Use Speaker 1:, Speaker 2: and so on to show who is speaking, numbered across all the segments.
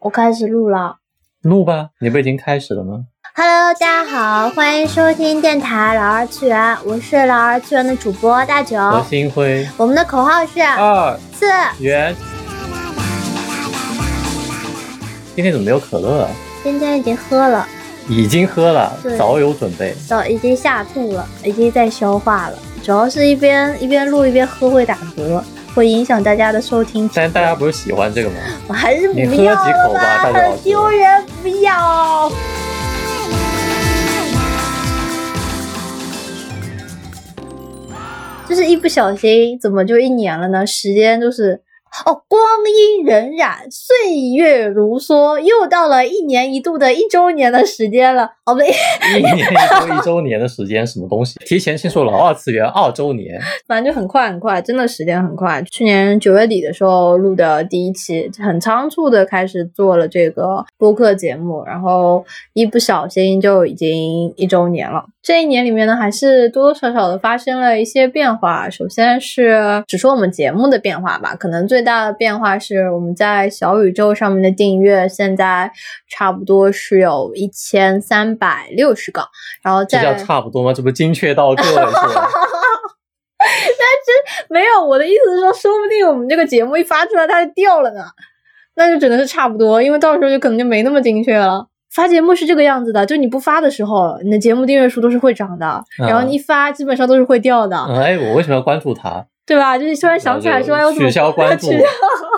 Speaker 1: 我开始录了。
Speaker 2: 录吧，你不已经开始了吗？
Speaker 1: Hello，大家好，欢迎收听电台老二次元，我是老二次元的主播大九。
Speaker 2: 何星辉，
Speaker 1: 我们的口号是
Speaker 2: 二
Speaker 1: 四。
Speaker 2: 元。今天怎么没有可乐啊？
Speaker 1: 今天已经喝了，
Speaker 2: 已经喝了
Speaker 1: 对，
Speaker 2: 早有准备。
Speaker 1: 早已经下肚了，已经在消化了。主要是一边一边录一边喝会打嗝，会影响大家的收听体
Speaker 2: 但
Speaker 1: 验。
Speaker 2: 是大家不是喜 欢这个吗？
Speaker 1: 我还是不
Speaker 2: 你喝
Speaker 1: 要
Speaker 2: 几
Speaker 1: 了
Speaker 2: 口吧大家老
Speaker 1: 很
Speaker 2: 师
Speaker 1: 丢人，不要。就是一不小心，怎么就一年了呢？时间就是哦，光阴荏苒，岁月如梭，又到了一年一度的一周年的时间了。哦，不对，
Speaker 2: 一年一周一周年的时间，什么东西？提前庆祝老二次元二周年，
Speaker 1: 反正就很快很快，真的时间很快。去年九月底的时候录的第一期，很仓促的开始做了这个播客节目，然后一不小心就已经一周年了。这一年里面呢，还是多多少少的发生了一些变化。首先是只说我们节目的变化吧，可能最大的变化是我们在小宇宙上面的订阅，现在差不多是有一千三百六十个，然后
Speaker 2: 这
Speaker 1: 在
Speaker 2: 叫差不多吗？这不精确到个位 数了？
Speaker 1: 没有，我的意思是说，说不定我们这个节目一发出来，它就掉了呢，那就只能是差不多，因为到时候就可能就没那么精确了。发节目是这个样子的，就你不发的时候，你的节目订阅数都是会涨的，然后
Speaker 2: 嗯
Speaker 1: 你一发基本上都是会掉的，
Speaker 2: 嗯，哎，我为什么要关注他？
Speaker 1: 对吧？就是突然想起来说
Speaker 2: 然后
Speaker 1: 要
Speaker 2: 就
Speaker 1: 怎么
Speaker 2: 取消关注
Speaker 1: 取消，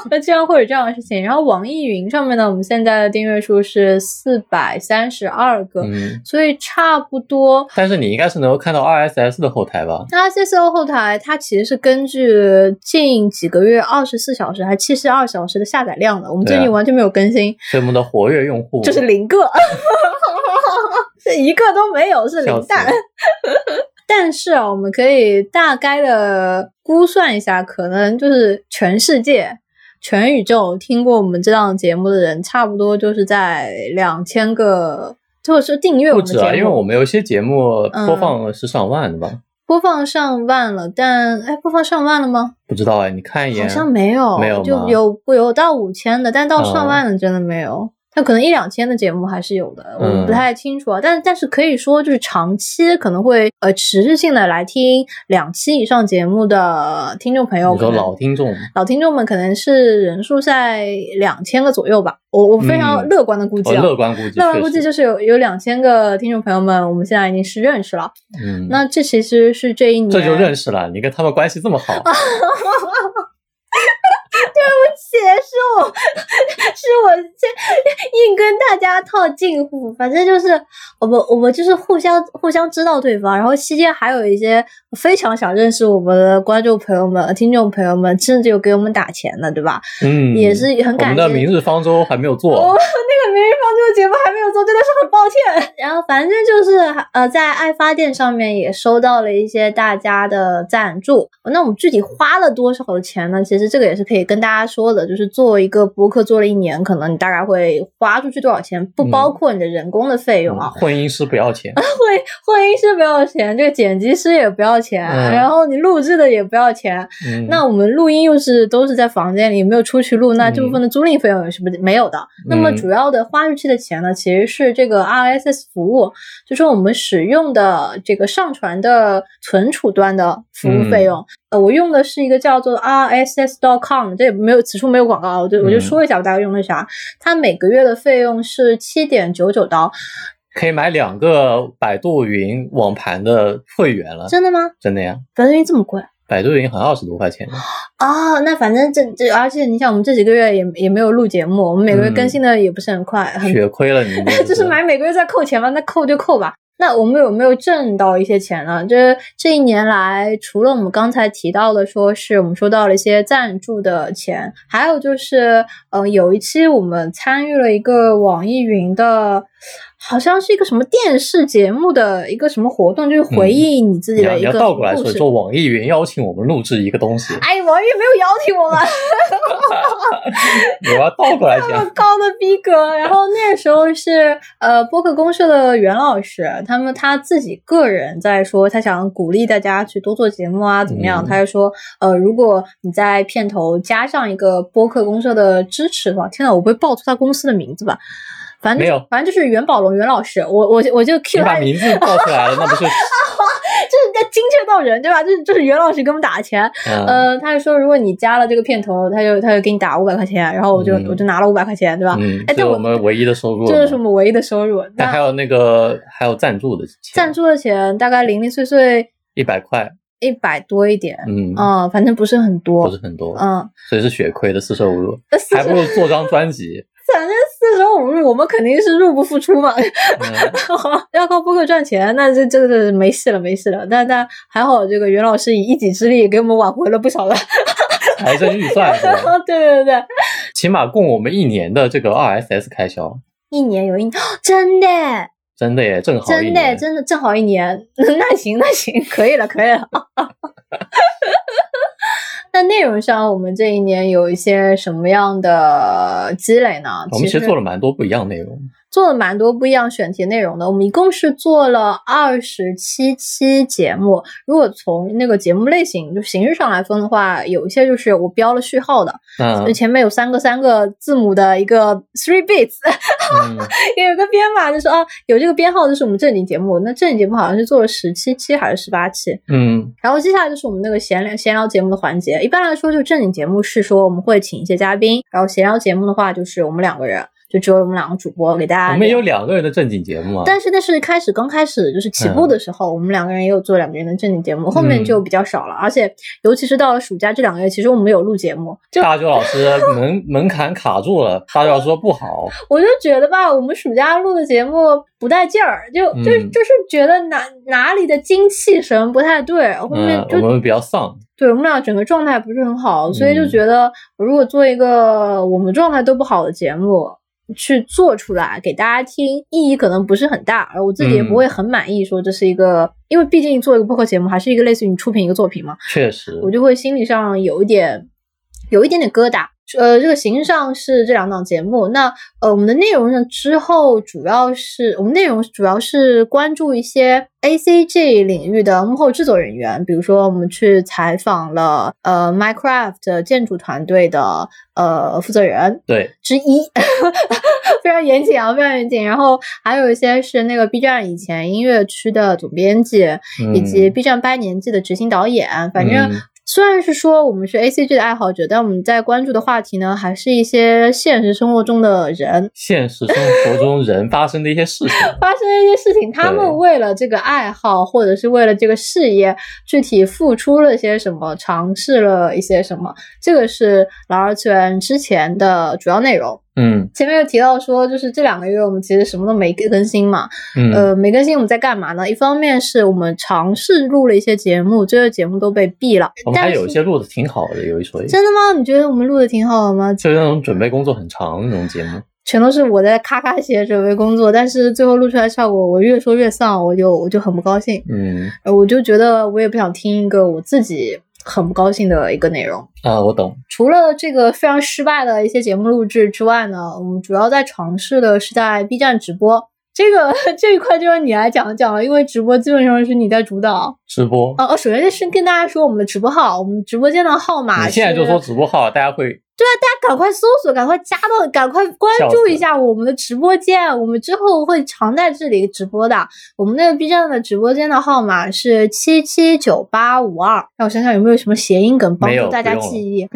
Speaker 1: 那竟然会有这样的事情。然后网易云上面呢，我们现在的订阅数是四百三十二个，
Speaker 2: 嗯，
Speaker 1: 所以差不多
Speaker 2: 但是你应该是能够看到 RSS 的后台吧？
Speaker 1: 那 CSO 后台它其实是根据近几个月二十四小时还七十二小时的下载量的，我们
Speaker 2: 对啊
Speaker 1: 最近完全没有更新，
Speaker 2: 所以我们的活跃用户
Speaker 1: 就是零个， 是一个都没有，是
Speaker 2: 笑
Speaker 1: 零
Speaker 2: 死
Speaker 1: 蛋。 但是啊，我们可以大概的估算一下，可能就是全世界、全宇宙听过我们这档节目的人，差不多就是在两千个，或者说订阅我们
Speaker 2: 不
Speaker 1: 节
Speaker 2: 止
Speaker 1: 目，
Speaker 2: 啊，因为我们有一些节目
Speaker 1: 嗯
Speaker 2: 播放了是上万的吧？
Speaker 1: 播放上万了，但哎，播放上万了吗？
Speaker 2: 不知道哎，你看一眼。
Speaker 1: 好像没有，
Speaker 2: 没有
Speaker 1: 就
Speaker 2: 吗
Speaker 1: 有有到五千的，但到上
Speaker 2: 哦
Speaker 1: 万的真的没有。它可能一两千的节目还是有的，我
Speaker 2: 嗯
Speaker 1: 不太清楚啊。但但是可以说，就是长期可能会呃持续性的来听两期以上节目的听众朋友，
Speaker 2: 你
Speaker 1: 可
Speaker 2: 说
Speaker 1: 能
Speaker 2: 老听众，
Speaker 1: 老听众们可能是人数在两千个左右吧。我我非常
Speaker 2: 嗯
Speaker 1: 乐观的估计
Speaker 2: 我
Speaker 1: 啊，
Speaker 2: 乐观估计，
Speaker 1: 乐观估计
Speaker 2: 确实
Speaker 1: 就是有有两千个听众朋友们，我们现在已经是认识了。
Speaker 2: 嗯，
Speaker 1: 那这其实是这一年
Speaker 2: 这就认识了。你跟他们关系这么好，
Speaker 1: 啊谢，是我， 是我先硬跟大家套近乎，反正就是我们我们就是互相互相知道对方，然后期间还有一些非常想认识我们的观众朋友们、听众朋友们，甚至有给我们打钱的，对吧？
Speaker 2: 嗯，
Speaker 1: 也是很
Speaker 2: 我
Speaker 1: 感
Speaker 2: 们
Speaker 1: 谢。
Speaker 2: 的明日方舟还没有
Speaker 1: 我
Speaker 2: 做，
Speaker 1: 哦那个明日方舟的节目还没有做，真的是很抱歉。然后反正就是呃，在爱发电上面也收到了一些大家的赞助。那我们具体花了多少钱呢？其实这个也是可以跟大家说的，就是做一个博客做了一年，可能你大概会花出去多少钱，不
Speaker 2: 嗯
Speaker 1: 包括你的人工的费用啊。
Speaker 2: 嗯混音师不要钱，
Speaker 1: 会混音师不要钱，这个剪辑师也不要钱，
Speaker 2: 嗯
Speaker 1: 然后你录制的也不要钱，
Speaker 2: 嗯，
Speaker 1: 那我们录音又是都是在房间里，没有出去录，
Speaker 2: 嗯
Speaker 1: 那这部分的租赁费用也是不没有的。那么主要的花出去的钱呢，其实是这
Speaker 2: 嗯
Speaker 1: 个 RSS 服务，就是我们使用的这个上传的存储端的服务费用。
Speaker 2: 嗯
Speaker 1: 呃，我用的是一个叫做 RSS.com，这也没有此处没有广告啊，我就我就
Speaker 2: 嗯
Speaker 1: 说一下我大概用的啥。它每个月的费用是七点九九刀，
Speaker 2: 可以买两个百度云网盘的会员了，
Speaker 1: 真的吗？
Speaker 2: 真的呀，
Speaker 1: 本身这么贵？
Speaker 2: 百度云好像二十多块钱，
Speaker 1: 哦，那反正这这，而且你想，我们这几个月也也没有录节目，我们每个月
Speaker 2: 嗯
Speaker 1: 更新的也不是很快，很，
Speaker 2: 血亏了你
Speaker 1: 就是买每个月再扣钱吧，那扣就扣吧。那我们有没有挣到一些钱呢？就是这一年来，除了我们刚才提到的，说是我们收到了一些赞助的钱，还有就是，呃，有一期我们参与了一个网易云的，好像是一个什么电视节目的一个什么活动，就是回忆你自己
Speaker 2: 你要
Speaker 1: 的
Speaker 2: 嗯你
Speaker 1: 一个
Speaker 2: 要
Speaker 1: 故事。
Speaker 2: 倒过来说，说网易云邀请我们录制一个 东西，
Speaker 1: 哎，王玉没有邀请我们，
Speaker 2: 我要 倒过来
Speaker 1: 这么
Speaker 2: 讲。
Speaker 1: 高的逼格。然后那时候是呃播客公社的袁老师，他们他自己个人在说，他想鼓励大家去多做节目啊，怎么样？
Speaker 2: 嗯
Speaker 1: 他就说，呃，如果你在片头加上一个播客公社的支持的话，天呐，我不会爆出他公司的名字吧？反正
Speaker 2: 没有
Speaker 1: 反正就是袁宝龙袁老师，我我就我就 Q
Speaker 2: 你
Speaker 1: 他
Speaker 2: 把名字报出来了，那 不是？
Speaker 1: 就是在精确到人，对吧？就是就是袁老师给我们打钱，
Speaker 2: 嗯
Speaker 1: 呃，他就说如果你加了这个片头，他就他就给你打五百块钱，然后我就、
Speaker 2: 嗯
Speaker 1: 我就拿了五百块钱，对吧？
Speaker 2: 嗯，
Speaker 1: 哎
Speaker 2: 这是
Speaker 1: 但我
Speaker 2: 我们唯一的收入了嘛。
Speaker 1: 这就是我们唯一的收入。
Speaker 2: 但还
Speaker 1: 那
Speaker 2: 有那个还有赞助的钱，
Speaker 1: 赞助的钱大概零零碎碎
Speaker 2: 一百块，
Speaker 1: 一百多一点，
Speaker 2: 嗯，
Speaker 1: 嗯、反正不是很
Speaker 2: 不
Speaker 1: 多
Speaker 2: 是，很多，
Speaker 1: 嗯，
Speaker 2: 所以是血亏的，四舍五入，
Speaker 1: 那呃四
Speaker 2: 还
Speaker 1: 舍
Speaker 2: 不如做张专辑。
Speaker 1: 反正四舍五入，我们肯定是入不敷出嘛，
Speaker 2: 嗯
Speaker 1: 要靠播客赚钱，那这这个没戏了，没戏了。但但还好，这个袁老师以一己之力给我们挽回了不少的，
Speaker 2: 财政预算是 吧？
Speaker 1: 对对对。
Speaker 2: 起码供我们一年的这个 RSS 开销，
Speaker 1: 一年有一 年，真的
Speaker 2: 真的耶，正好一
Speaker 1: 真的
Speaker 2: 年。
Speaker 1: 真的正好一年， 那行那行， 可以了可以了。那内容上，我们这一年有一些什么样的积累呢？
Speaker 2: 我们其实做
Speaker 1: 了
Speaker 2: 了蛮多不一样内容，
Speaker 1: 做了蛮多不一样选题内容的，我们一共是做了二十七期节目。如果从那个节目类型就形式上来分的话，有一些就是我标了序号的，
Speaker 2: 嗯
Speaker 1: 就前面有三个三个字母的一个 three bits，
Speaker 2: 嗯，
Speaker 1: 也有个编码，就是啊，有这个编号，就是我们正经节目。那正经节目好像是做了十七期还是十八期，
Speaker 2: 嗯，
Speaker 1: 然后接下来就是我们那个闲聊闲聊节目的环节。一般来说，就正经节目是说我们会请一些嘉宾，然后闲聊节目的话就是我们两个人，就只有我们两个主播给大家。
Speaker 2: 我们也有。两个人的正经节目啊，
Speaker 1: 啊但是那是开始刚开始就是起
Speaker 2: 嗯
Speaker 1: 步的时候，我们两个人也有做两个人的正经节目，后面就比较少了。而且尤其是到了暑假这两个月，其实我们有录节目，
Speaker 2: 大周老师门 门槛卡住了，大周老师说不好，
Speaker 1: 我就觉得吧，我们暑假录的节目不带劲儿，就就
Speaker 2: 嗯
Speaker 1: 就是觉得哪哪里的精气神不太对，后面
Speaker 2: 嗯，
Speaker 1: 就、
Speaker 2: 我们比较丧，
Speaker 1: 对我们俩整个状态不是很好，所以就
Speaker 2: 嗯
Speaker 1: 觉得如果做一个我们状态都不好的节目。去做出来给大家听，意义可能不是很大，而我自己
Speaker 2: 嗯
Speaker 1: 也不会很满意，说这是一个，因为毕竟做一个播客节目还是一个类似于你出品一个作品嘛，
Speaker 2: 确实，
Speaker 1: 我就会心理上有一点，有一点点疙瘩。呃，这个形式上是这两档节目，那呃，我们的内容上之后主要是我们内容主要是关注一些 A C G 领域的幕后制作人员，比如说我们去采访了呃 Minecraft 建筑团队的呃负责人，
Speaker 2: 对，
Speaker 1: 之一，非常严谨啊，非常严谨。然后还有一些是那个 B 站以前音乐区的总编辑，
Speaker 2: 嗯
Speaker 1: 以及 B 站八年级的执行导演。反正
Speaker 2: 嗯
Speaker 1: 虽然是说我们是 A C G 的爱好者，但我们在关注的话题呢，还是一些现实生活中的人
Speaker 2: 现实生活中人发生的一些事 情，
Speaker 1: 发生的一些事情，他们为了这个爱好或者是为了这个事业，具体付出了些什么，尝试了一些什么。这个是老二次元之前的主要内容。
Speaker 2: 嗯
Speaker 1: 前面有提到说，就是这两个月我们其实什么都没更新嘛，
Speaker 2: 嗯，
Speaker 1: 呃，没更新我们在干嘛呢？一方面是我们尝试录了一些节目，这些节目都被毙了，
Speaker 2: 我们
Speaker 1: 但
Speaker 2: 还
Speaker 1: 是
Speaker 2: 有一些录的挺好的，有一说一，
Speaker 1: 真的吗？你觉得我们录的挺好的吗？
Speaker 2: 就是那种准备工作很长的那种节目，
Speaker 1: 全都是我在咔咔写准备工作，但是最后录出来效果，我越说越丧，我就我就很不高兴，
Speaker 2: 嗯
Speaker 1: 呃我就觉得我也不想听一个我自己很不高兴的一个内容。
Speaker 2: 啊，我懂，
Speaker 1: 除了这个非常失败的一些节目录制之外呢，我们主要在尝试的是在 B 站直播。这个 这一块就让你来讲一讲了，因为直播基本上是你在主导。
Speaker 2: 直播，
Speaker 1: 呃，呃首先是跟大家说我们的直播号，我们直播间的号码
Speaker 2: 你
Speaker 1: 是。
Speaker 2: 现在就说直播号，大家会
Speaker 1: 大家赶快搜索，赶快加到，赶快关注一下我们的直播间。我们之后会常在这里直播的。我们那个 B 站的直播间的号码是七七九八五二。让我想想有没有什么谐音梗帮
Speaker 2: 没有
Speaker 1: 助大家
Speaker 2: 不用了
Speaker 1: 记忆。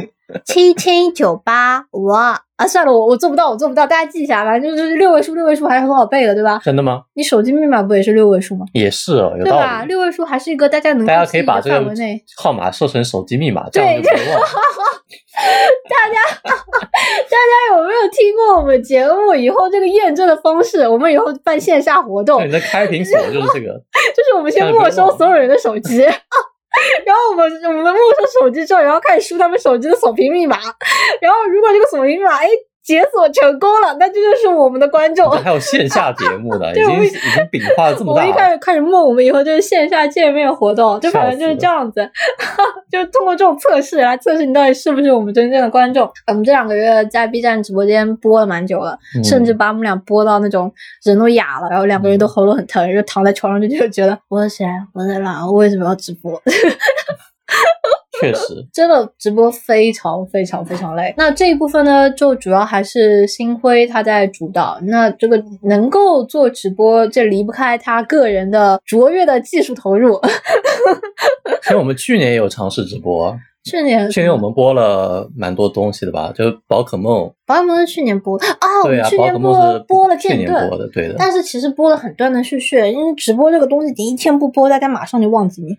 Speaker 1: 七七九八五二啊，算了，我我做不到，我做不到，大家记一下，反正就是六位数，六位数还是很好背的，对吧？
Speaker 2: 真的吗？
Speaker 1: 你手机密码不也是六位数吗？
Speaker 2: 也是哦，有
Speaker 1: 对吧？
Speaker 2: 道理。
Speaker 1: 六位数还是一个大家能
Speaker 2: 大家
Speaker 1: 够
Speaker 2: 可
Speaker 1: 记
Speaker 2: 以
Speaker 1: 忆
Speaker 2: 把
Speaker 1: 的
Speaker 2: 这
Speaker 1: 范
Speaker 2: 个
Speaker 1: 围内。
Speaker 2: 号码设成手机密码，这样
Speaker 1: 对
Speaker 2: 就不 会忘。
Speaker 1: 大家有没有听过我们节目以后这个验证的方式？我们以后办线下活动
Speaker 2: 对，，你的开屏锁就是这 个，
Speaker 1: 就是我们先没收所有人的手机， 然后我们我们没收手机之后，然后开始输他们手机的锁屏密码，然后如果这个锁屏密码哎解锁成功了，那这就是我们的观众。
Speaker 2: 还有线下节目呢，已
Speaker 1: 对我
Speaker 2: 经
Speaker 1: 们
Speaker 2: 已经饼化这么
Speaker 1: 我
Speaker 2: 大
Speaker 1: 一
Speaker 2: 了
Speaker 1: 开。始开始梦，我们以后就是线下见面活动，就反正就是这样子， 就是通过这种测试来测试你到底是不是我们真正的观众。我们这两个月在 B 站直播间播了蛮久了，
Speaker 2: 嗯
Speaker 1: 甚至把我们俩播到那种人都哑了，然后两个人都喉咙很疼，就躺在床上就就觉得我是谁，啊我在哪，我为什么要直播？
Speaker 2: 确实，
Speaker 1: 真的直播非常非常非常累。那这一部分呢，就主要还是星辉他在主导。那这个能够做直播，这离不开他个人的卓越的技术投入。
Speaker 2: 因为我们去年也有尝试直播，啊
Speaker 1: 去年，
Speaker 2: 去年我们播了蛮多东西的吧，就是宝可梦，
Speaker 1: 宝可梦是去年播的啊，哦我
Speaker 2: 对
Speaker 1: 们
Speaker 2: 啊
Speaker 1: 去，
Speaker 2: 宝可
Speaker 1: 年
Speaker 2: 梦
Speaker 1: 播
Speaker 2: 是
Speaker 1: 播了
Speaker 2: 去
Speaker 1: 间
Speaker 2: 年
Speaker 1: 断
Speaker 2: 播，的，对的，
Speaker 1: 但是其实播了很断断续续，因为直播这个东西，你一天不播，大家马上就忘记你。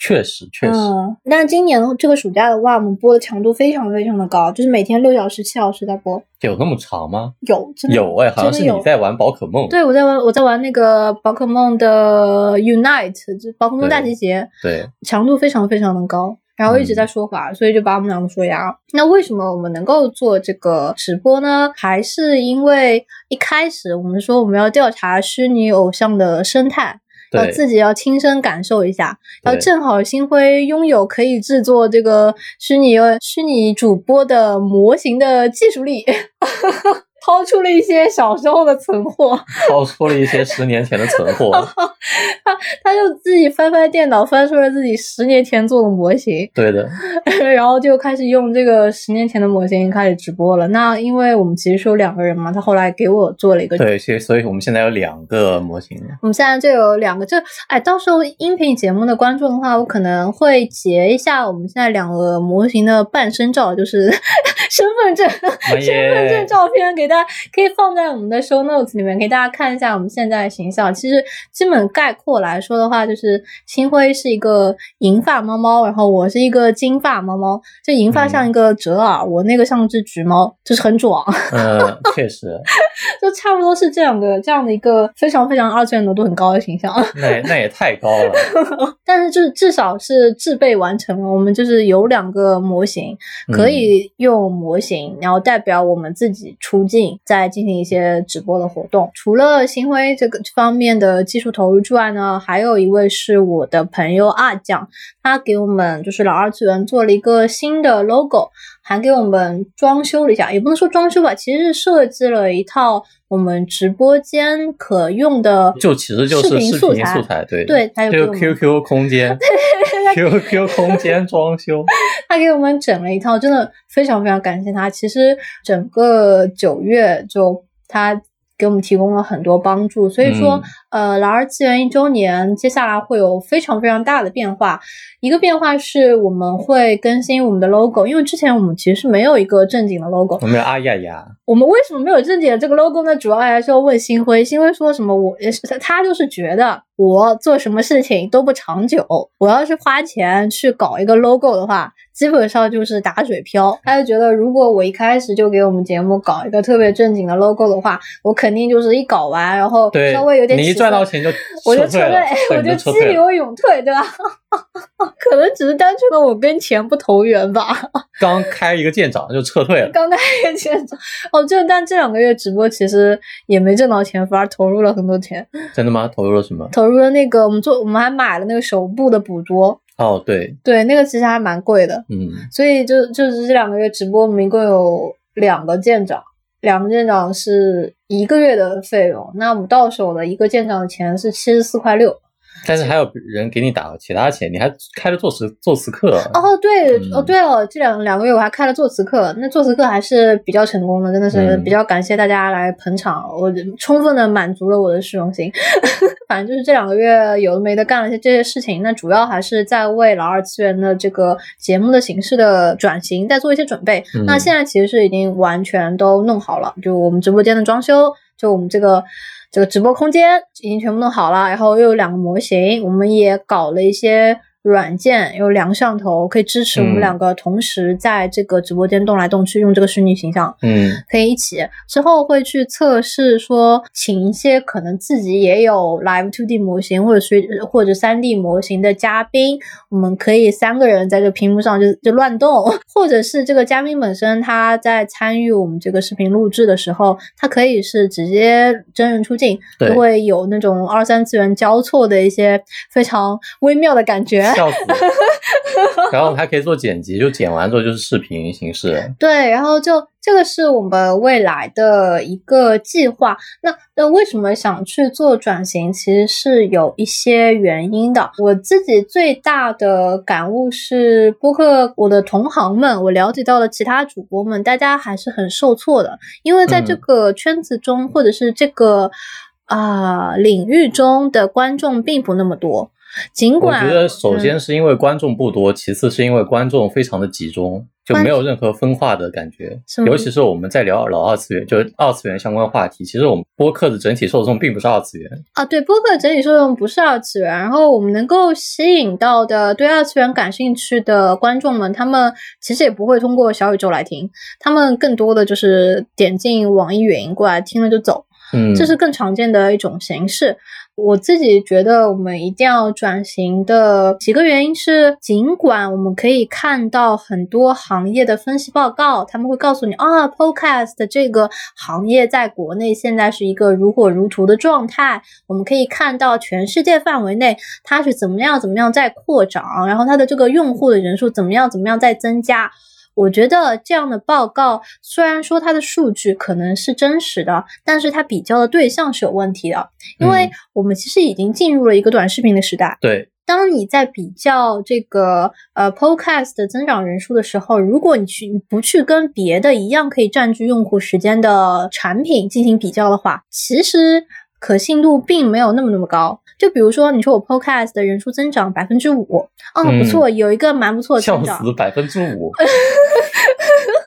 Speaker 2: 确实确实，
Speaker 1: 嗯，那今年这个暑假的话，我们播的强度非常非常的高，就是每天六小时、七小时在播，
Speaker 2: 有那么长吗？
Speaker 1: 有真的
Speaker 2: 有哎，好像是
Speaker 1: 真的
Speaker 2: 你
Speaker 1: 有
Speaker 2: 在玩宝可梦，
Speaker 1: 对，我在玩，我在玩那个宝可梦的 Unite，就是宝可梦大
Speaker 2: 对嗯
Speaker 1: 集结，
Speaker 2: 对，
Speaker 1: 强度非常非常的高，然后一直在说话，所以就把我们两个说哑了。那为什么我们能够做这个直播呢？还是因为一开始我们说我们要调查虚拟偶像的生态。要
Speaker 2: 对
Speaker 1: 自己要亲身感受一下，然后
Speaker 2: 对
Speaker 1: 呃正好星辉拥有可以制作这个虚拟呃虚拟主播的模型的技术力， 掏出了一些小时候的存货。
Speaker 2: 掏出了一些十年前的存货，
Speaker 1: 他他就自己翻翻电脑，翻出了自己十年前做的模型，
Speaker 2: 对的，
Speaker 1: 然后就开始用这个十年前的模型开始直播了。那因为我们其实是有两个人嘛，他后来给我做了一个。
Speaker 2: 对，所以所以我们现在有两个模型，
Speaker 1: 我们现在就有两个，就哎，到时候音频节目的观众的话，我可能会截一下我们现在两个模型的半身照，就是 身份证、
Speaker 2: 哎耶
Speaker 1: 身份证照片，给大家可以放在我们的 show notes 里面，给大家看一下我们现在的形象。其实基本概括来说的话，就是星辉是一个银发猫猫，然后我是一个金发猫猫。这银发
Speaker 2: 嗯
Speaker 1: 像一个折耳，我那个像只橘猫，就是很壮。
Speaker 2: 嗯，确实，
Speaker 1: 就差不多是这两个这样的一个非常非常二次元浓度很高的形象，
Speaker 2: 那也那也太高 了，
Speaker 1: 但是就是至少是制备完成了，我们就是有两个模型
Speaker 2: 嗯
Speaker 1: 可以用模型，然后代表我们自己出镜，再进行一些直播的活动。除了星辉这个这方面的技术投入之外呢，还有一位是我的朋友阿酱，他给我们就是老二次元做了一个新的 logo，还给我们装修了一下，也不能说装修吧，其实是设计了一套我们直播间可用的，
Speaker 2: 就其实就是
Speaker 1: 视频
Speaker 2: 视
Speaker 1: 素
Speaker 2: 频
Speaker 1: 材
Speaker 2: 素材，对
Speaker 1: 对，他有给
Speaker 2: 这
Speaker 1: 我
Speaker 2: 个
Speaker 1: 们
Speaker 2: QQ 空间，QQ 空间装修，
Speaker 1: 他给我们整了一套，真的非常非常感谢他。其实整个九月就他给我们提供了很多帮助，所以说、呃，老二次元一周年接下来会有非常非常大的变化。一个变化是我们会更新我们的 logo，因为之前我们其实是没有一个正经的 logo，
Speaker 2: 我们有阿呀呀，
Speaker 1: 我们为什么没有正经的这个 logo 呢？主要还是要问星辉。星辉说什么？我也呃是，他就是觉得我做什么事情都不长久。我要是花钱去搞一个 logo 的话，基本上就是打水漂。他就觉得，如果我一开始就给我们节目搞一个特别正经的 logo 的话，我肯定就是一搞完，然后
Speaker 2: 对，
Speaker 1: 稍微有点
Speaker 2: 你一
Speaker 1: 起色
Speaker 2: 赚到钱就
Speaker 1: 我就
Speaker 2: 撤退了，对
Speaker 1: 我
Speaker 2: 你
Speaker 1: 就
Speaker 2: 撤
Speaker 1: 激
Speaker 2: 退了。
Speaker 1: 流勇退，对吧？ 可能只是单纯的我跟钱不投缘吧。
Speaker 2: 刚开一个舰长就撤退 了，
Speaker 1: 刚开始见到哦，就但这两个月直播其实也没挣到钱，反而投入了很多钱，
Speaker 2: 真的吗？投入了什么？
Speaker 1: 投入了那个我们做，我们还买了那个手部的捕捉，
Speaker 2: 哦，对，
Speaker 1: 对，那个其实还蛮贵的，
Speaker 2: 嗯，
Speaker 1: 所以就就是这两个月直播，我们一共有两个舰长，两个舰长是一个月的费用，那我们到手的一个舰长的钱是七十四块六。
Speaker 2: 但是还有人给你打其他钱，你还开着做时做时刻，
Speaker 1: 哦，对，
Speaker 2: 嗯
Speaker 1: 哦对了，这两两个月我还开了做词课，那做词课还是比较成功的，真的是
Speaker 2: 嗯
Speaker 1: 比较感谢大家来捧场，我充分的满足了我的虚荣心。反正就是这两个月有的没的干了些这些事情，那主要还是在为老二次元的这个节目的形式的转型在做一些准备。
Speaker 2: 嗯
Speaker 1: 那现在其实是已经完全都弄好了，就我们直播间的装修，就我们这个这个直播空间已经全部弄好了，然后又有两个模型，我们也搞了一些软件，有两个摄像头，可以支持我们
Speaker 2: 嗯
Speaker 1: 两个同时在这个直播间动来动去，用这个虚拟形象。
Speaker 2: 嗯
Speaker 1: 可以一起。之后会去测试说，请一些可能自己也有 Live 2D 模型或者是或者 3D 模型的嘉宾，我们可以三个人在这个屏幕上就就乱动， 或者是这个嘉宾本身他在参与我们这个视频录制的时候，他可以是直接真人出镜，
Speaker 2: 对
Speaker 1: 就会有那种二三次元交错的一些非常微妙的感觉。
Speaker 2: 笑死。 然后我们还可以做剪辑，就剪完之后就是视频形式。
Speaker 1: 对，然后就这个是我们未来的一个计划。那那为什么想去做转型，其实是有一些原因的。我自己最大的感悟是，播客我的同行们，我了解到了其他主播们，大家还是很受挫的，因为在这
Speaker 2: 嗯
Speaker 1: 个圈子中，或者是这个啊、领域中的观众并不那么多。尽
Speaker 2: 我
Speaker 1: 管
Speaker 2: 觉得首
Speaker 1: 嗯
Speaker 2: 先是因为观众不多，其次是因为观众非常的集中，就没有任何分化的感觉
Speaker 1: 是。吗
Speaker 2: 尤其是我们在聊老二次元，就是二次元相关话题，其实我们播客的整体受众并不是二次元。
Speaker 1: 啊，对，播客整体受众不是二次元，然后我们能够吸引到的对二次元感兴趣的观众们，他们其实也不会通过小宇宙来听，他们更多的就是点进网易云过来听了就走，
Speaker 2: 嗯，
Speaker 1: 这是更常见的一种形式。我自己觉得我们一定要转型的几个原因是，尽管我们可以看到很多行业的分析报告，他们会告诉你啊，Podcast 这个行业在国内现在是一个如火如荼的状态，我们可以看到全世界范围内它是怎么样怎么样在扩张，然后它的这个用户的人数怎么样怎么样在增加。我觉得这样的报告虽然说它的数据可能是真实的，但是它比较的对象是有问题的，因为
Speaker 2: 嗯
Speaker 1: 我们其实已经进入了一个短视频的时代。
Speaker 2: 对，
Speaker 1: 当你在比较这个呃 Podcast 的增长人数的时候，如果你去你不去跟别的一样可以占据用户时间的产品进行比较的话，其实可信度并没有那么那么高。就比如说，你说我 Podcast 的人数增长百分之五，哦，
Speaker 2: 嗯
Speaker 1: 不错，有一个蛮不错的
Speaker 2: 笑
Speaker 1: 增长，
Speaker 2: 死百分之五。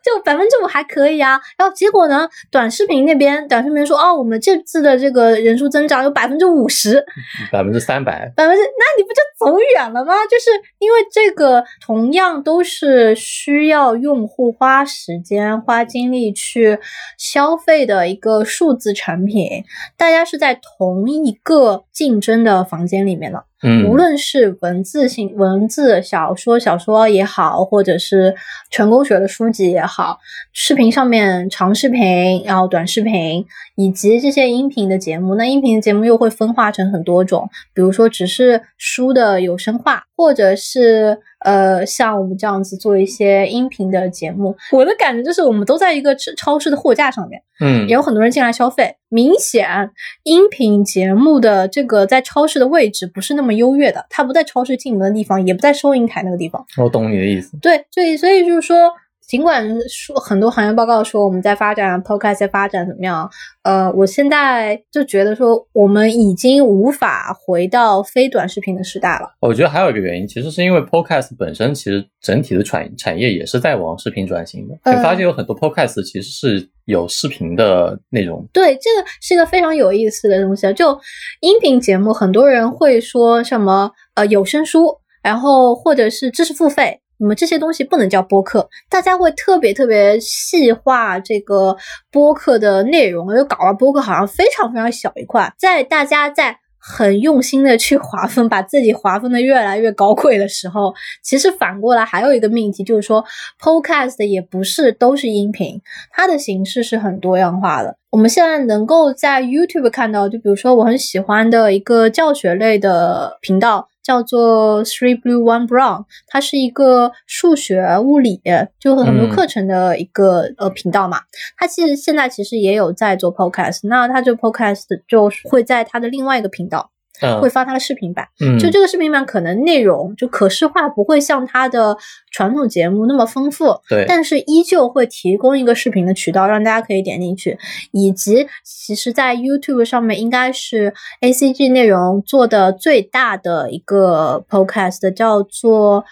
Speaker 1: 就百分之五还可以啊。然后结果呢，短视频那边短视频说，哦，我们这次的这个人数增长有百分之五十，
Speaker 2: 百分之三百。
Speaker 1: 百分之，那你不就走远了吗？就是因为这个，同样都是需要用户花时间、花精力去消费的一个数字产品，大家是在同一个竞争的房间里面的。
Speaker 2: 嗯，
Speaker 1: 无论是文字性文字小说、小说也好，或者是成功学的书籍也好，视频上面长视频，然后短视频，以及这些音频的节目。那音频的节目又会分化成很多种，比如说只是书的有声化，或者是呃像我们这样子做一些音频的节目。我的感觉就是，我们都在一个超超市的货架上面。
Speaker 2: 嗯
Speaker 1: 也有很多人进来消费。明显，音频节目的这个在超市的位置不是那么优越的，它不在超市进门的地方，也不在收银台那个地方。
Speaker 2: 我懂你的意思。
Speaker 1: 对，所以所以就是说，尽管说很多行业报告说我们在发展啊 podcast 在发展怎么样，呃，我现在就觉得说我们已经无法回到非短视频的时代了。
Speaker 2: 我觉得还有一个原因，其实是因为 podcast 本身其实整体的产产业也是在往视频转型的。
Speaker 1: 嗯
Speaker 2: 你发现有很多 podcast 其实是有视频的内容。
Speaker 1: 对，这个是一个非常有意思的东西啊。就音频节目，很多人会说什么呃有声书，然后或者是知识付费，那么这些东西不能叫播客。大家会特别特别细化这个播客的内容，又搞了播客好像非常非常小一块，在大家在。很用心的去划分，把自己划分的越来越高贵的时候，其实反过来还有一个命题，就是说，podcast 也不是都是音频，它的形式是很多样化的。我们现在能够在 YouTube 看到，就比如说我很喜欢的一个教学类的频道，叫做 Three Blue One Brown，它是一个数学、物理，就很多
Speaker 2: 嗯
Speaker 1: 课程的一个、呃频道嘛。它其实现在其实也有在做 Podcast，那它这 Podcast 就会在它的另外一个频道
Speaker 2: 嗯
Speaker 1: 会发它的视频版。
Speaker 2: 嗯，
Speaker 1: 就这个视频版可能内容就可视化不会像它的传统节目那么丰富，
Speaker 2: 对，
Speaker 1: 但是依旧会提供一个视频的渠道，让大家可以点进去，以及其实，在 YouTube 上面应该是 A C G 内容做的最大的一个 Podcast，叫做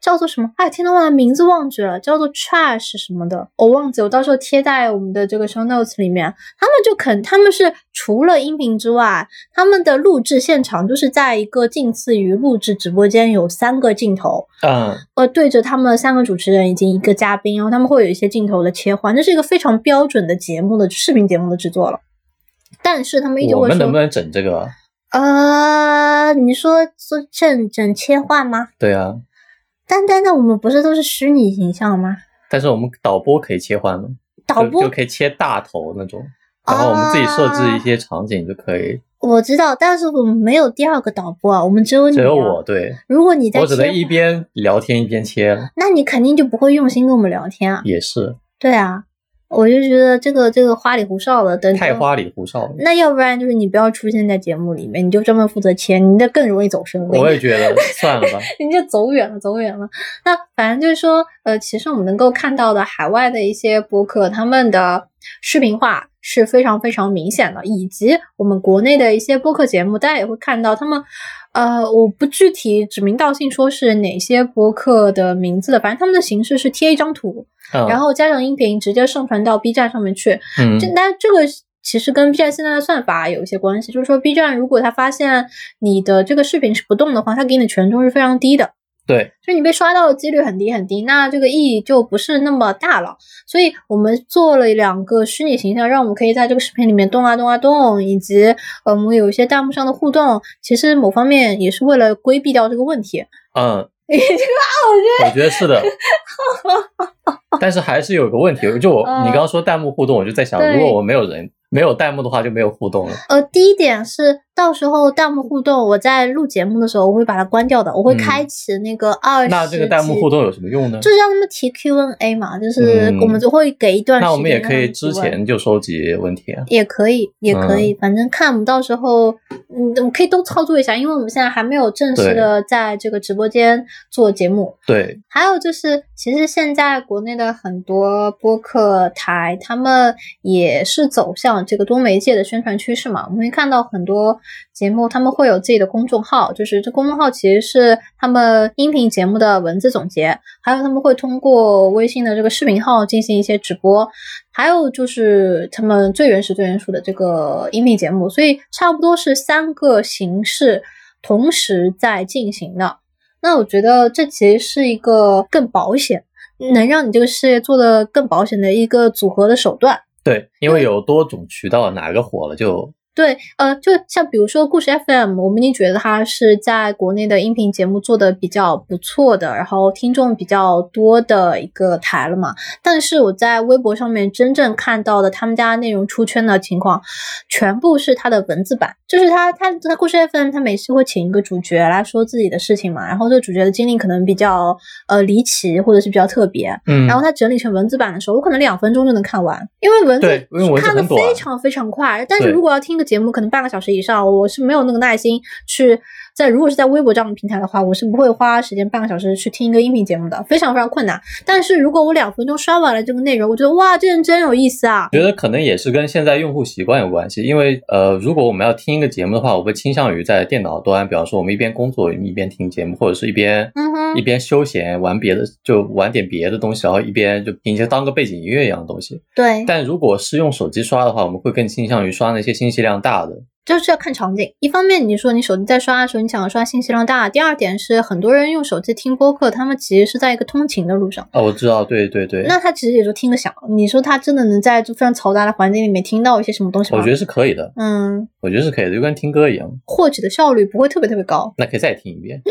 Speaker 1: 叫做什么？哎，天呐，忘了名字忘记了，叫做 Trash 什么的，我忘记，我到时候贴在我们的这个 Show Notes 里面。他们就肯，他们是除了音频之外，他们的录制现场就是在一个近似于录制直播间，有三个镜头，
Speaker 2: 嗯，
Speaker 1: 呃，对着他们三个主持人以及一个嘉宾，然后他们会有一些镜头的切换，这是一个非常标准的节目的视频节目的制作了。但是他们依旧
Speaker 2: 我
Speaker 1: 会
Speaker 2: 们能不
Speaker 1: 说，
Speaker 2: 能整这个？
Speaker 1: 呃，你说说正正切换吗？
Speaker 2: 对啊，
Speaker 1: 但但但我们不是都是虚拟形象吗？
Speaker 2: 但是我们导播可以切换吗？
Speaker 1: 导
Speaker 2: 就
Speaker 1: 播啊
Speaker 2: 就可以切大头那种，然后我们自己设置一些场景就可以。
Speaker 1: 我知道，但是我们没有第二个导播啊，我们只有你、啊，
Speaker 2: 只有我。对，
Speaker 1: 如果你在
Speaker 2: 我只
Speaker 1: 切
Speaker 2: 能一
Speaker 1: 换
Speaker 2: 边聊天一边切了，
Speaker 1: 那你肯定就不会用心跟我们聊天啊。
Speaker 2: 也是
Speaker 1: 对啊，我就觉得这个这个花里胡哨的，等
Speaker 2: 太。花里胡哨 了。
Speaker 1: 那要不然就是你不要出现在节目里面，你就专门负责切，你那更容易走神。
Speaker 2: 我也觉得算 了吧，
Speaker 1: 人家走远了，走远了。那反正就是说，呃，其实我们能够看到的海外的一些播客，他们的视频化是非常非常明显的，以及我们国内的一些播客节目，大家也会看到他们。呃，我不具体指名道姓说是哪些播客的名字了，反正他们的形式是贴一张图，
Speaker 2: 嗯，
Speaker 1: 然后加上音频，直接上传到 B 站上面去。
Speaker 2: 嗯
Speaker 1: 这那这个其实跟 B 站现在的算法有一些关系，就是说 B 站如果它发现你的这个视频是不动的话，它给你的权重是非常低的，
Speaker 2: 对，
Speaker 1: 所以你被刷到的几率很低很低，那这个意义就不是那么大了。所以我们做了两个虚拟形象，让我们可以在这个视频里面动啊动啊动，以及呃我们有一些弹幕上的互动，其实某方面也是为了规避掉这个问题。
Speaker 2: 嗯，我觉得是的，但是还是有个问题，就我
Speaker 1: 嗯
Speaker 2: 你刚刚说弹幕互动，我就在想，
Speaker 1: 对
Speaker 2: 如果我没有人没有弹幕的话，就没有互动了。
Speaker 1: 呃，第一点是到时候弹幕互动，我在录节目的时候我会把它关掉的，我会
Speaker 2: 嗯
Speaker 1: 开启那个二十、
Speaker 2: 那这个弹幕互动有什么用呢？
Speaker 1: 就是让他们提 Q&A 嘛，就是
Speaker 2: 嗯
Speaker 1: 我们就会给一段时间
Speaker 2: 那我
Speaker 1: 让他
Speaker 2: 们
Speaker 1: 们提
Speaker 2: 也
Speaker 1: 问。
Speaker 2: 可以之前嗯就收集问题啊。
Speaker 1: 也可以，也可以，反正看我们到时候，嗯，我们可以都操作一下，因为我们现在还没有正式的在这个直播间做节目。
Speaker 2: 对，
Speaker 1: 还有就是，其实现在国内的很多播客台，他们也是走向这个多媒介的宣传趋势嘛。我们会看到很多节目，他们会有自己的公众号，就是这公众号其实是他们音频节目的文字总结，还有他们会通过微信的这个视频号进行一些直播，还有就是他们最原始最原始的这个音频节目，所以差不多是三个形式同时在进行的。那我觉得这其实是一个更保险，能让你这个事业做得更保险的一个组合的手段。
Speaker 2: 对，因为有多种渠道，哪个火了就
Speaker 1: 对，呃，就像比如说故事 FM，我们已经觉得它是在国内的音频节目做的比较不错的，然后听众比较多的一个台了嘛。但是我在微博上面真正看到的他们家内容出圈的情况，全部是它的文字版，就是它它它故事 FM，它每次会请一个主角来说自己的事情嘛，然后这个主角的经历可能比较呃离奇或者是比较特别，
Speaker 2: 嗯
Speaker 1: 然后它整理成文字版的时候，我可能两分钟就能看完，因为文字
Speaker 2: 对因为文字
Speaker 1: 看的
Speaker 2: 很短
Speaker 1: 非常非常快。但是
Speaker 2: 对
Speaker 1: 如果要听个节目，可能半个小时以上，我是没有那个耐心去在如果是在微博这样的平台的话，我是不会花时间半个小时去听一个音频节目的，非常非常困难。但是如果我两分钟刷完了这个内容，我觉得哇，这人真有意思啊！
Speaker 2: 觉得可能也是跟现在用户习惯有关系，因为呃，如果我们要听一个节目的话，我会倾向于在电脑端，比方说我们一边工作一边听节目，或者是一边、
Speaker 1: 嗯哼
Speaker 2: 一边休闲玩别的，就玩点别的东西，然后一边就听一些当个背景音乐一样的东西。
Speaker 1: 对，
Speaker 2: 但如果是用手机刷的话，我们会更倾向于刷那些信息量大的。
Speaker 1: 就是要看场景。一方面，你说你手机在刷的时候，你想要刷信息量大；第二点是，很多人用手机听播客，他们其实是在一个通勤的路上。
Speaker 2: 哦，我知道，对对对，
Speaker 1: 那他其实也就听个响。你说他真的能在就非常嘈杂的环境里面听到一些什么东西吗？
Speaker 2: 我觉得是可以的，
Speaker 1: 嗯，
Speaker 2: 我觉得是可以的，就跟听歌一样。
Speaker 1: 获取的效率不会特别特别高。
Speaker 2: 那可以再听一遍。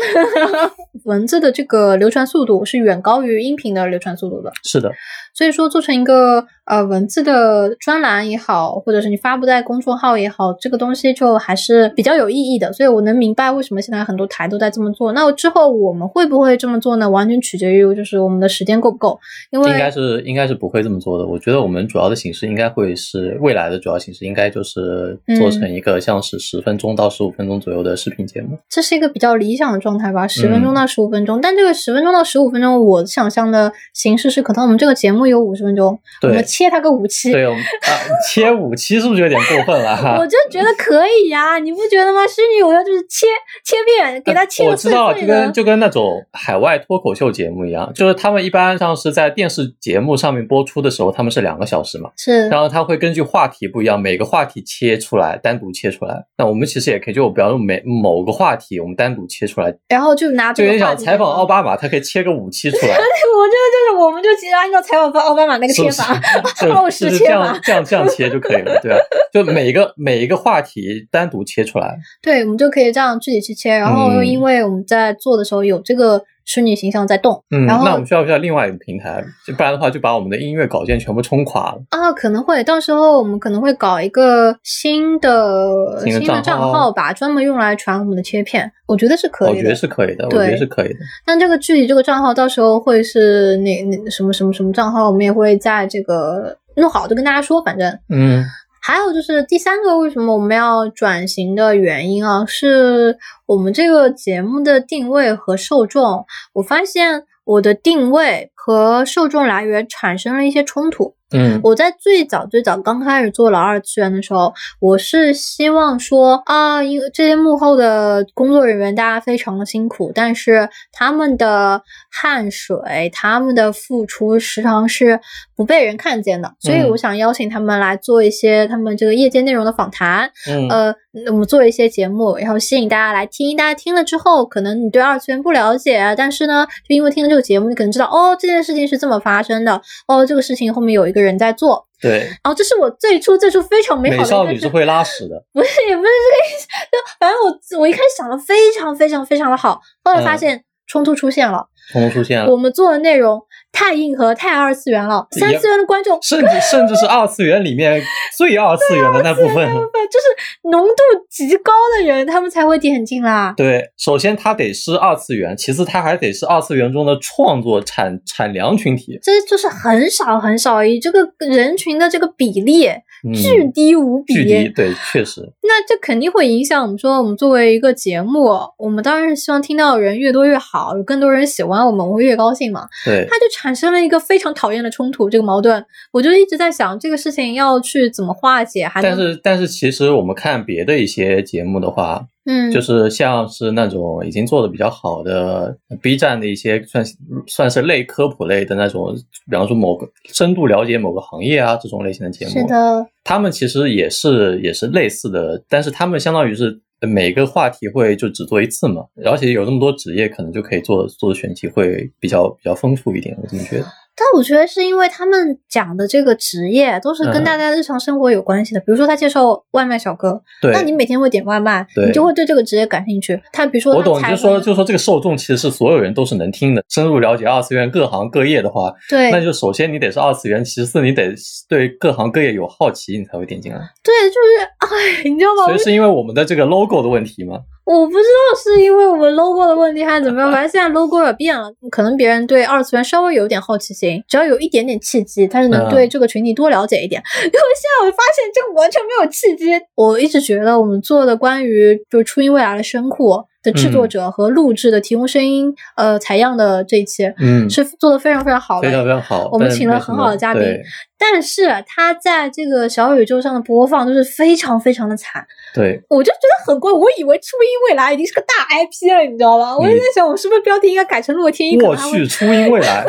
Speaker 1: 文字的这个流传速度是远高于音频的流传速度的，
Speaker 2: 是的，
Speaker 1: 所以说做成一个呃文字的专栏也好，或者是你发布在公众号也好，这个东西就还是比较有意义的。所以我能明白为什么现在很多台都在这么做。那之后我们会不会这么做呢？完全取决于就是我们的时间够不够，因为
Speaker 2: 应该是应该是
Speaker 1: 嗯
Speaker 2: 不会这么做的。我觉得我们主要的形式应该会是未来的主要形式，应该就是做成一个像是十分钟到十五分钟左右的视频节目。
Speaker 1: 这是一个比较理想的状态吧，十分
Speaker 2: 嗯
Speaker 1: 钟到十五分钟。但这个十分钟到十五分钟，我想象的形式是，可能我们这个节目有五十分钟，我
Speaker 2: 对
Speaker 1: 们切它个五期。
Speaker 2: 对，啊我们啊， 切五期是不是有点过分了？哈
Speaker 1: 我就觉得可以呀、你不觉得吗？狮女我要就是切切片，给它切
Speaker 2: 我
Speaker 1: 个
Speaker 2: 知
Speaker 1: 碎
Speaker 2: 道，
Speaker 1: 碎
Speaker 2: 就跟
Speaker 1: 的。
Speaker 2: 就跟那种海外脱口秀节目一样，就是他们一般上是在电视节目上面播出的时候，他们是两个小时嘛，
Speaker 1: 是
Speaker 2: 然后他会根据话题不一样，每个话题切出来，单独切出来。那我们其实也可以，就比方说每某个话题，我们单独切出来，
Speaker 1: 然后就拿这
Speaker 2: 就
Speaker 1: 个
Speaker 2: 有点
Speaker 1: 话
Speaker 2: 想
Speaker 1: 题
Speaker 2: 采访奥
Speaker 1: 巴
Speaker 2: 巴马，他可以切个五期出来，
Speaker 1: 我觉得就是，我们就直接按照采访奥巴马那个
Speaker 2: 是
Speaker 1: 切
Speaker 2: 不是
Speaker 1: 法，？
Speaker 2: 就
Speaker 1: 哦
Speaker 2: 就是是
Speaker 1: 切
Speaker 2: 这
Speaker 1: 法
Speaker 2: 样这样这样切就可以了，对吧？就每一个每一个话题单独切出来，
Speaker 1: 对，我们就可以这样具体去切。然后
Speaker 2: 嗯
Speaker 1: 因为我们在做的时候有这个狮女形象在动，
Speaker 2: 嗯，
Speaker 1: 然后
Speaker 2: 那我们需要不需要另外一个平台？就不然的话，就把我们的音乐稿件全部冲垮了。
Speaker 1: 啊，可能会，到时候我们可能会搞一个新的
Speaker 2: 新的账
Speaker 1: 账
Speaker 2: 号
Speaker 1: 号吧，专门用来传我们的切片，我觉得是可
Speaker 2: 我
Speaker 1: 以
Speaker 2: 觉
Speaker 1: 的
Speaker 2: 得。是可以的，我
Speaker 1: 对
Speaker 2: 觉得是可以的。
Speaker 1: 但这个具体这个账号到时候会是那那什么什么什么账号，我们也会在这个弄好就跟大家说，反正。
Speaker 2: 嗯，
Speaker 1: 还有就是第三个，为什么我们要转型的原因啊，是我们这个节目的定位和受众。我发现我的定位和受众来源产生了一些冲突。
Speaker 2: 嗯，
Speaker 1: 我在最早最早刚开始做老二次元的时候，我是希望说啊，因为这些幕后的工作人员大家非常的辛苦，但是他们的汗水、他们的付出时常是不被人看见的，所以
Speaker 2: 嗯
Speaker 1: 我想邀请他们来做一些他们这个夜间内容的访谈，
Speaker 2: 嗯
Speaker 1: 呃，我们做一些节目，然后吸引大家来听。大家听了之后，可能你对二次元不了解，啊但是呢，就因为听了这个节目，你可能知道哦，这件事情是这么发生的，哦，这个事情后面有一个人在做。
Speaker 2: 对，
Speaker 1: 然后这是我最初最初非常美好
Speaker 2: 美
Speaker 1: 的
Speaker 2: 少
Speaker 1: 一个
Speaker 2: 女是
Speaker 1: 事，
Speaker 2: 会拉屎的。
Speaker 1: 不是也不是这个意思，就反正我我一开始想的非常非常非常的好，后来发
Speaker 2: 嗯
Speaker 1: 现冲突出现了，
Speaker 2: 通通出现了
Speaker 1: 我，们做的内容太硬核、太二次元了，
Speaker 2: 也
Speaker 1: 三次元的观众
Speaker 2: 甚至甚至是二次元里面最二次元的那部
Speaker 1: 啊
Speaker 2: 分。
Speaker 1: 呃就是浓度极高的人，他们才会点进来。
Speaker 2: 对，首先它得是二次元，其次它还得是二次元中的创作产产粮群体，
Speaker 1: 这就是很少很少，以这个人群的这个比例
Speaker 2: 嗯，
Speaker 1: 巨低无比。
Speaker 2: 距离对，确实，
Speaker 1: 那这肯定会影响我们说，我们作为一个节目，我们当然是希望听到的人越多越好，有更多人喜欢我们，我们会越高兴嘛。
Speaker 2: 对
Speaker 1: 它就产生了一个非常讨厌的冲突，这个矛盾，我就一直在想这个事情要去怎么化解，还
Speaker 2: 但
Speaker 1: 能
Speaker 2: 是但是其实我们看别的一些节目的话，
Speaker 1: 嗯，
Speaker 2: 就是像是那种已经做的比较好的 B 站的一些算是算是类科普类的那种，比方说某个深度了解某个行业啊这种类型的节目，
Speaker 1: 是的，
Speaker 2: 他们其实也是也是类似的，但是他们相当于是每个话题会就只做一次嘛，而且有这么多职业，可能就可以做做的选题会比较比较丰富一点，我这么觉得。
Speaker 1: 但我觉得是因为他们讲的这个职业都是跟
Speaker 2: 嗯
Speaker 1: 大家日常生活有关系的，比如说他介绍外卖小哥，
Speaker 2: 对，
Speaker 1: 那你每天会点外卖，
Speaker 2: 对
Speaker 1: 你就会对这个职业感兴趣。他比如说，
Speaker 2: 我懂，你
Speaker 1: 他
Speaker 2: 就
Speaker 1: 采
Speaker 2: 说
Speaker 1: 访
Speaker 2: 就说这个受众其实是所有人都是能听的，深入了解二次元各行各业的话，
Speaker 1: 对
Speaker 2: 那就首先你得是二次元，其次你得对各行各业有好奇，你才会点进来。
Speaker 1: 对，就是哎，你知道吗？
Speaker 2: 所以是因为我们的这个 logo 的问题吗？
Speaker 1: 我我不知道是因为我们 logo 的问题还是怎么样，反正现在 logo 也变了，可能别人对二次元稍微有点好奇心，只要有一点点契机，他是能
Speaker 2: 嗯
Speaker 1: 对这个群体多了解一点。 因为现在我发现这个完全没有契机。我一直觉得我们做的关于就是初音未来的声库的制
Speaker 2: 嗯
Speaker 1: 作者和录制的提供声音、呃采样的这一期。
Speaker 2: 嗯，
Speaker 1: 是做的非常非常好的，
Speaker 2: 非常非常好。
Speaker 1: 我们
Speaker 2: 但
Speaker 1: 请了
Speaker 2: 没什
Speaker 1: 很
Speaker 2: 么
Speaker 1: 好的嘉宾
Speaker 2: 对
Speaker 1: 但是啊它在这个小宇宙上的播放就是非常非常的惨，
Speaker 2: 对，
Speaker 1: 我就觉得很怪。我以为初音未来已经是个大 IP 了，你知道吗？我
Speaker 2: 嗯
Speaker 1: 就在想，我是不是标题应该改成“洛天依”？可
Speaker 2: 我
Speaker 1: 能还会
Speaker 2: 去，初音 未来，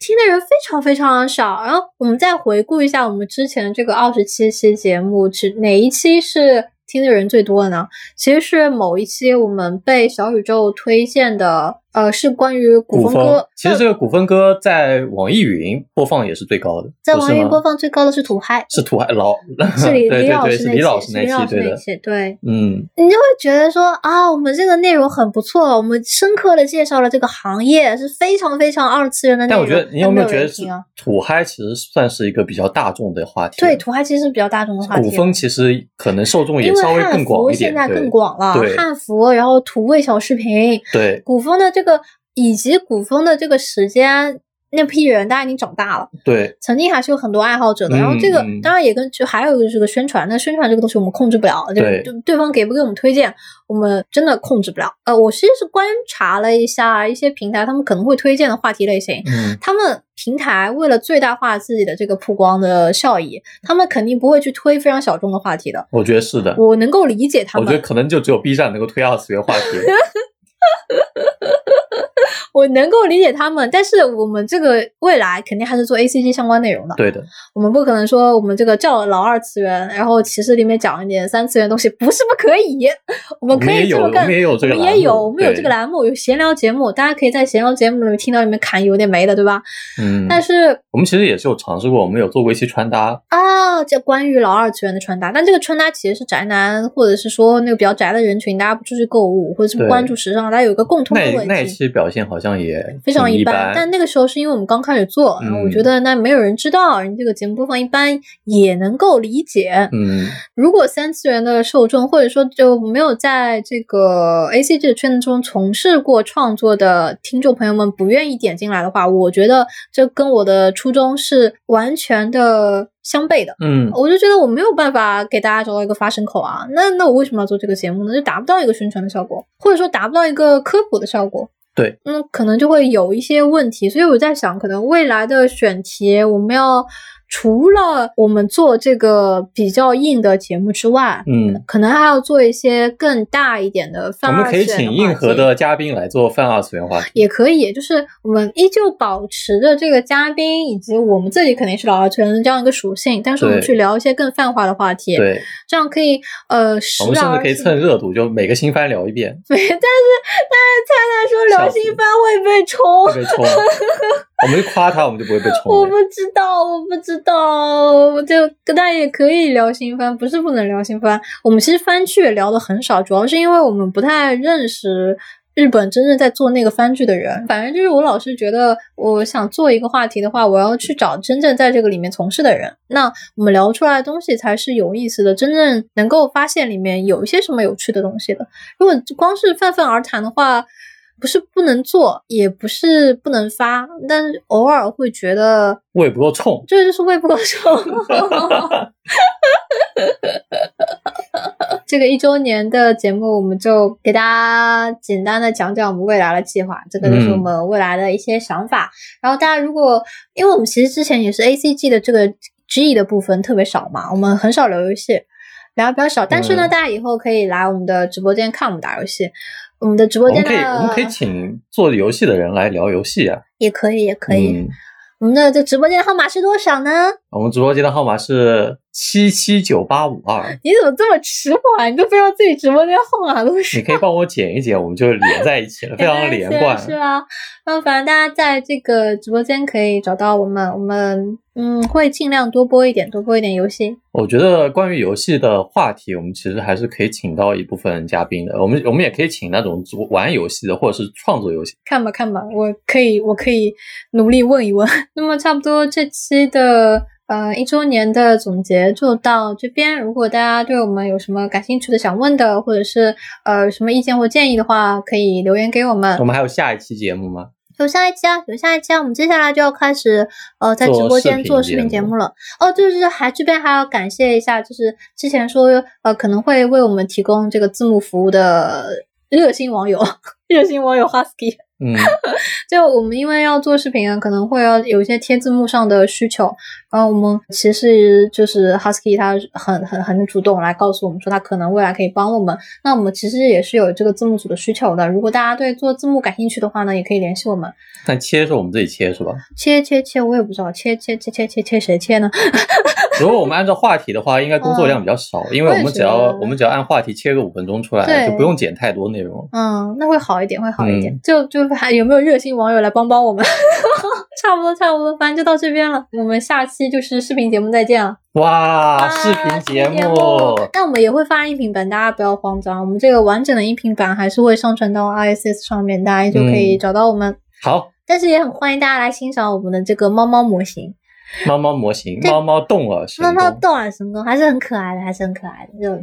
Speaker 1: 听的人非常非常的少。然后我们再回顾一下我们之前这个二十七期节目，是哪一期是听的人最多的呢？其实是某一期我们被小宇宙推荐的，呃，是关于古
Speaker 2: 古
Speaker 1: 风歌。
Speaker 2: 其实这个古风歌在网易云播放也是最高的，
Speaker 1: 在
Speaker 2: 不是
Speaker 1: 网易
Speaker 2: 吗
Speaker 1: 播放最高的是土 嗨，
Speaker 2: 是土海老，
Speaker 1: 是李
Speaker 2: 对
Speaker 1: 李老
Speaker 2: 对对，
Speaker 1: 师
Speaker 2: 是
Speaker 1: 那
Speaker 2: 李
Speaker 1: 期，
Speaker 2: 老师
Speaker 1: 是李老师
Speaker 2: 期，对
Speaker 1: 那
Speaker 2: 的，
Speaker 1: 期，对。
Speaker 2: 嗯，
Speaker 1: 你就会觉得说啊，我们这个内容很不错，我们深刻的介绍了这个行业是非常非常二次元的内
Speaker 2: 但
Speaker 1: 容。
Speaker 2: 我觉得你
Speaker 1: 但
Speaker 2: 有没有
Speaker 1: 人
Speaker 2: 觉得是
Speaker 1: 听啊？
Speaker 2: 土嗨其实算是一个比较大众的话题？
Speaker 1: 对，，土嗨其实是比较大众的话题。
Speaker 2: 古风其实可能受众
Speaker 1: 因
Speaker 2: 也
Speaker 1: 为
Speaker 2: 稍微
Speaker 1: 汉
Speaker 2: 更
Speaker 1: 服
Speaker 2: 广一点，
Speaker 1: 现在
Speaker 2: 对
Speaker 1: 更广了
Speaker 2: 对，
Speaker 1: 汉服，然后土味小视频，
Speaker 2: 对
Speaker 1: 古风的这个以及古风的这个时间。那批人大家已经长大了，
Speaker 2: 对，
Speaker 1: 曾经还是有很多爱好者的。
Speaker 2: 嗯
Speaker 1: 然后这个、
Speaker 2: 嗯
Speaker 1: 当然也跟就还有一个就是个宣传，那宣传这个东西我们控制不了，就
Speaker 2: 对
Speaker 1: 就对方给不给我们推荐，我们真的控制不了。呃，我其实是观察了一下一些平台，他们可能会推荐的话题类型，
Speaker 2: 嗯，
Speaker 1: 他们平台为了最大化自己的这个曝光的效益，他们肯定不会去推非常小众的话题的。
Speaker 2: 我觉得是的。
Speaker 1: 我能够理解他
Speaker 2: 我
Speaker 1: 们，
Speaker 2: 觉得可能就只有 B 站能够推二次元话题。
Speaker 1: 我能够理解他们，但是我们这个未来肯定还是做 A C G 相关内容的。
Speaker 2: 对的，
Speaker 1: 我们不可能说我们这个叫老二次元，然后其实里面讲一点三次元的东西，不是不可以， 我们可
Speaker 2: 也
Speaker 1: 以这
Speaker 2: 有，
Speaker 1: 么
Speaker 2: 我
Speaker 1: 干
Speaker 2: 们。也有这个
Speaker 1: 我们
Speaker 2: 栏目，
Speaker 1: 也有，我们有这个
Speaker 2: 对，
Speaker 1: 栏目，有闲聊节目，大家可以在闲聊节目里面听到里面侃有点没的，对吧？
Speaker 2: 嗯，
Speaker 1: 但是
Speaker 2: 我们其实也是有尝试过，我们有做过一期穿搭，
Speaker 1: 啊，这关于老二次元的穿搭，但这个穿搭其实是宅男，或者是说那个比较宅的人群，大家不出去购物，或者是不
Speaker 2: 对
Speaker 1: 关注时尚，大家有一个共通的
Speaker 2: 那
Speaker 1: 问
Speaker 2: 那一
Speaker 1: 题。
Speaker 2: 期表现好像也
Speaker 1: 非常
Speaker 2: 挺一
Speaker 1: 般，但那个时候是因为我们刚开始做，然后我
Speaker 2: 嗯
Speaker 1: 觉得那没有人知道，人这个节目播放一般也能够理解。
Speaker 2: 嗯，
Speaker 1: 如果三次元的受众，或者说就没有在这个 A C G 的圈子中从事过创作的听众朋友们不愿意点进来的话，我觉得这跟我的初衷是完全的相悖的。
Speaker 2: 嗯，
Speaker 1: 我就觉得我没有办法给大家找到一个发声口啊，那那我为什么要做这个节目呢？就达不到一个宣传的效果，或者说达不到一个科普的效果。
Speaker 2: 对，
Speaker 1: 嗯，可能就会有一些问题，所以我在想，可能未来的选题，我们要除了我们做这个比较硬的节目之外，
Speaker 2: 嗯，
Speaker 1: 可能还要做一些更大一点的
Speaker 2: 我
Speaker 1: 泛
Speaker 2: 们
Speaker 1: 二
Speaker 2: 可
Speaker 1: 次
Speaker 2: 以
Speaker 1: 元
Speaker 2: 请
Speaker 1: 话
Speaker 2: 硬核
Speaker 1: 题
Speaker 2: 的嘉宾来做泛二次元话题。
Speaker 1: 也可以，就是我们依旧保持着这个嘉宾以及我们自己肯定是老二圈这样一个属性，但是我们
Speaker 2: 对
Speaker 1: 去聊一些更泛化的话题，
Speaker 2: 对，
Speaker 1: 这样可以呃时
Speaker 2: 我们甚
Speaker 1: 而
Speaker 2: 至可以
Speaker 1: 时
Speaker 2: 蹭热度，就每个新番聊 一遍，
Speaker 1: 对，但是但是菜菜说
Speaker 2: 笑
Speaker 1: 聊
Speaker 2: 死
Speaker 1: 新番会被冲，
Speaker 2: 会被冲。 我们就夸他，我们就不会被
Speaker 1: 我
Speaker 2: 冲
Speaker 1: 不
Speaker 2: 了。
Speaker 1: 知道，我不知道，我就大家也可以聊新番，不是不能聊新番。我们其实番剧也聊的很少，主要是因为我们不太认识。日本真正在做那个番剧的人，反正就是我老是觉得，我想做一个话题的话，我要去找真正在这个里面从事的人，那我们聊出来的东西才是有意思的，真正能够发现里面有一些什么有趣的东西的。如果光是泛泛而谈的话，不是不能做，也不是不能发，但是偶尔会觉得
Speaker 2: 胃不够冲，
Speaker 1: 这就是胃不够受。 这个一周年的节目，我们就给大家简单的讲讲我们未来的计划，这个
Speaker 2: 嗯
Speaker 1: 就是我们未来的一些想法。然后大家如果，因为我们其实之前也是 A C G 的这个 G 的部分特别少嘛，我们很少聊游戏，聊的比较少。但是呢，
Speaker 2: 嗯
Speaker 1: 大家以后可以来我们的直播间看我们打游戏。我们的直播
Speaker 2: 我
Speaker 1: 间
Speaker 2: 们
Speaker 1: 呢，
Speaker 2: 可以我们可以请做游戏的人来聊游戏啊。
Speaker 1: 也可以，也可以。
Speaker 2: 嗯，
Speaker 1: 我们的这直播间的号码是多少呢？
Speaker 2: 我们直播间的号码是七七九八五二，
Speaker 1: 你怎么这么迟缓？你都不知道自己直播间号码都
Speaker 2: 你
Speaker 1: 是
Speaker 2: 可以帮我剪一剪，我们就连在 一起了， 非常的连
Speaker 1: 哎
Speaker 2: 贯。
Speaker 1: 是啊。然后反正大家在这个直播间可以找到我们，我们嗯会尽量多播一点，多播一点游戏。
Speaker 2: 我觉得关于游戏的话题，我们其实还是可以请到一部分嘉宾的。我们我们也可以请那种玩游戏的，或者是创作游戏。
Speaker 1: 看吧看吧，我可以我可以努力问一问。 那么差不多这期的呃一周年的总结就到这边。如果大家对我们有什么感兴趣的、想问的，或者是呃有什么意见或建议的话，可以留言给我们
Speaker 2: 我。们还有下一期节目吗？
Speaker 1: 有下一期啊，有下一期啊，我们接下来就要开始呃在
Speaker 2: 做
Speaker 1: 直播间
Speaker 2: 视频
Speaker 1: 做视频
Speaker 2: 节
Speaker 1: 节
Speaker 2: 目
Speaker 1: 目了。哦，对对对，还这边还要感谢一下，就是之前说呃可能会为我们提供这个字幕服务的热心网友， 热心网友 Husky。
Speaker 2: 嗯，
Speaker 1: 就我们因为要做视频啊，可能会要有一些贴字幕上的需求，然后我们其实就是 Husky 他很很很主动来告诉我们说他可能未来可以帮我们，那我们其实也是有这个字幕组的需求的。如果大家对做字幕感兴趣的话呢，也可以联系我们。
Speaker 2: 但切是我们自己切是吧？
Speaker 1: 切切切，我也不知道切切切切切切谁切呢？
Speaker 2: 如果我们按照话题的话，应该工作量比较少，因为我们只
Speaker 1: 嗯我也
Speaker 2: 要
Speaker 1: 觉得
Speaker 2: 我们只要按话题切个五分钟出来，
Speaker 1: 对
Speaker 2: 就不用剪太多内容。
Speaker 1: 嗯，那会好一点，会好一点。
Speaker 2: 嗯
Speaker 1: 就就还有没有热心网友来帮帮我们？ 差不多差不多，反正就到这边了。我们下期就是视频节目再见了。
Speaker 2: 哇，
Speaker 1: 啊
Speaker 2: 视频节
Speaker 1: 视频节
Speaker 2: 目，
Speaker 1: 但我们也会发音频版，大家不要慌张。我们这个完整的音频版还是会上传到 RSS 上面，大家就可以
Speaker 2: 嗯
Speaker 1: 找到我们。
Speaker 2: 好，
Speaker 1: 但是也很欢迎大家来欣赏我们的这个猫猫模型，
Speaker 2: 猫猫模型，
Speaker 1: 对
Speaker 2: 猫猫动了，神
Speaker 1: 猫猫啊
Speaker 2: 功。
Speaker 1: 动耳神功还是很可爱的，还是很可爱的。就